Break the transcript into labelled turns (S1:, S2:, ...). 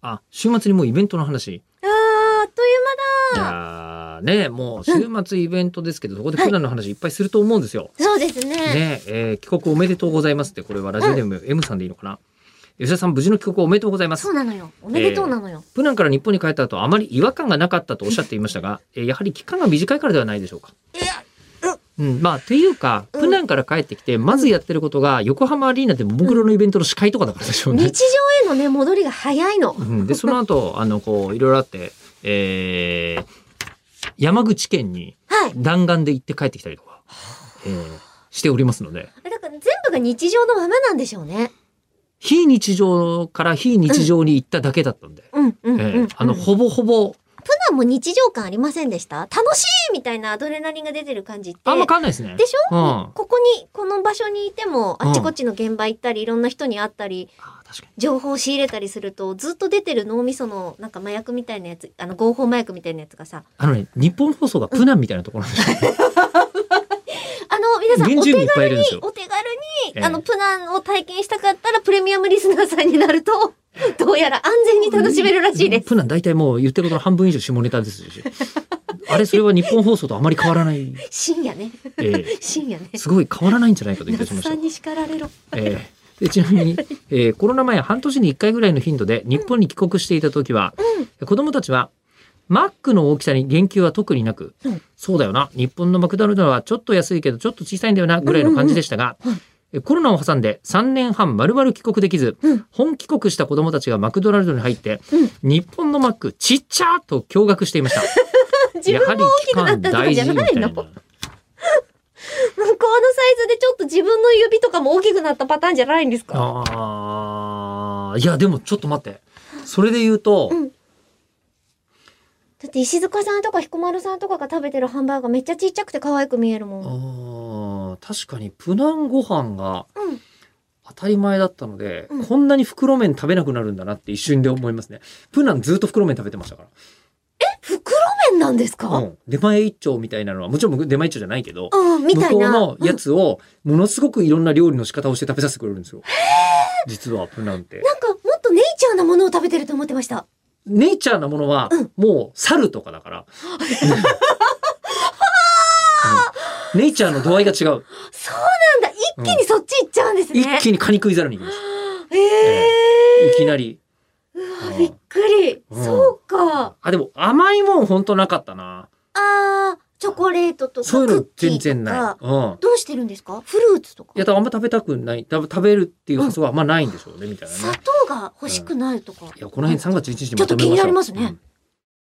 S1: あ、週末にもうイベントの話。
S2: あーあっという
S1: い
S2: 間だ
S1: やーね、もう週末イベントですけど、そこで普段の話いっぱいすると思うんですよ。
S2: そうですね
S1: ね、えー帰国おめでとうございますって、これはラジオネーム M さんでいいのかな。吉田さん、無事の帰国おめでとうございます
S2: そう。なのよおめでとうなのよ、
S1: 普段から日本に帰った後、あまり違和感がなかったとおっしゃっていましたが、えーやはり期間が短いからではないでしょうか。
S2: いや
S1: うん、まあ、というか、
S2: うん
S1: 普段から帰ってきて、まずやってることが、横浜アリーナでももクロのイベントの司会とかだからでしょうね。
S2: 日常へのね戻りが早いの、
S1: うん、で、その 後、あの、こう、いろいろあって、えー、山口県に
S2: はい
S1: 弾丸で行って帰ってきたりとか、えーしておりますので、
S2: だから全部が日常のままなんでしょうね
S1: 非日常から非日常に行っただけだったんで、
S2: うんうんうん、
S1: え
S2: うん
S1: ーあの、ほぼほぼ、
S2: 普段も日常感ありませんでした楽しいみたいなアドレナリンが出てる感じって
S1: あんま変わんないですね。
S2: でし
S1: ょうん。あ
S2: ここにこの場所にいてもあっちこっちの現場行ったりいろんな人に会ったり
S1: ー確かに。
S2: 情報を仕入れたりするとずっと出てる脳みそのなんか麻薬みたいなやつあの合法麻薬みたいなやつがさ
S1: あのね、日本放送がプナンみたいなところなんですよ。
S2: あの皆さん
S1: 厳
S2: お
S1: 重にい
S2: 手
S1: っぱいいる
S2: 軽
S1: ん
S2: に
S1: ですよ
S2: お手軽に、
S1: ええ
S2: あのプナンを体験したかったらプレミアムリスナーさんになる とどうやら安全に 楽しめるらしいです。
S1: プナン大体もう言ってることの半分以上下ネタです し。あれ、それは日本放送とあまり変わらない。
S2: 深夜ね
S1: え ー
S2: 深夜ね。
S1: すごい変わらないんじゃないかと言って
S2: 夏
S1: しました
S2: さ。んに叱られろ。
S1: えーでちなみに、えーコロナ前半年に1回ぐらいの頻度で日本に帰国していた時は、子供たちはマックの大きさに言及は特になく、
S2: うん
S1: そうだよな日本のマクドナルドはちょっと安いけどちょっと小さいんだよなぐらいの感じでしたが、えコロナを挟んで3年半丸々帰国できず、
S2: うん
S1: 本帰国した子供たちがマクドナルドに入って、
S2: う
S1: 日本のマックちっちゃと驚愕していました。
S2: 自分も大きくなったとかじゃないの。向こうのサイズでちょっと自分の指とかも大きくなったパターンじゃないんですか。
S1: ああ、いや、でもちょっと待って。それで言うと、
S2: うんだって石塚さんとか彦丸さんとかが食べてるハンバーガーめっちゃちっちゃくて可愛く見えるもん。
S1: あー確かにプナンご飯が
S2: うん
S1: 当たり前だったので、
S2: うん
S1: こんなに袋麺食べなくなるんだなって一瞬で思いますね。プナンずっと袋麺食べてましたか
S2: 袋麺なんです
S1: ら。う
S2: か？
S1: ん、出前一丁みたいなのは、もちろん僕出前一丁じゃないけど、
S2: うん、みたいな。
S1: 向こうのやつをものすごくいろんな料理の仕方をして食べさせてくれるんですよ。実はプナンって。
S2: なんかもっとネイチャーなものを食べてると思ってました。
S1: ネイチャーなものは、
S2: うん
S1: もう猿とかだから。うんネイチャーの度合いが違う。
S2: そうなんだ。 一気にそっち行っちゃうんですね。
S1: 一気にカニ食い猿に行きます。
S2: え
S1: いきなり。
S2: えー。
S1: う
S2: うわ、
S1: ん
S2: びっくり。
S1: うん
S2: そうか。
S1: あ、でも甘いもんほんとなかったな。
S2: あー、チョコレートとか
S1: そういうの
S2: クッキーとか。
S1: 全然ない。うん。
S2: どうしてるんですかフルーツとか
S1: いや、だからあんま食べたくない。た食べるっていう発想はあんまないんでしょうね、みたいな
S2: 砂
S1: ね。
S2: 糖が欲しくないとか、
S1: いや、この辺3月1日に
S2: ちょっと気になりますね
S1: うん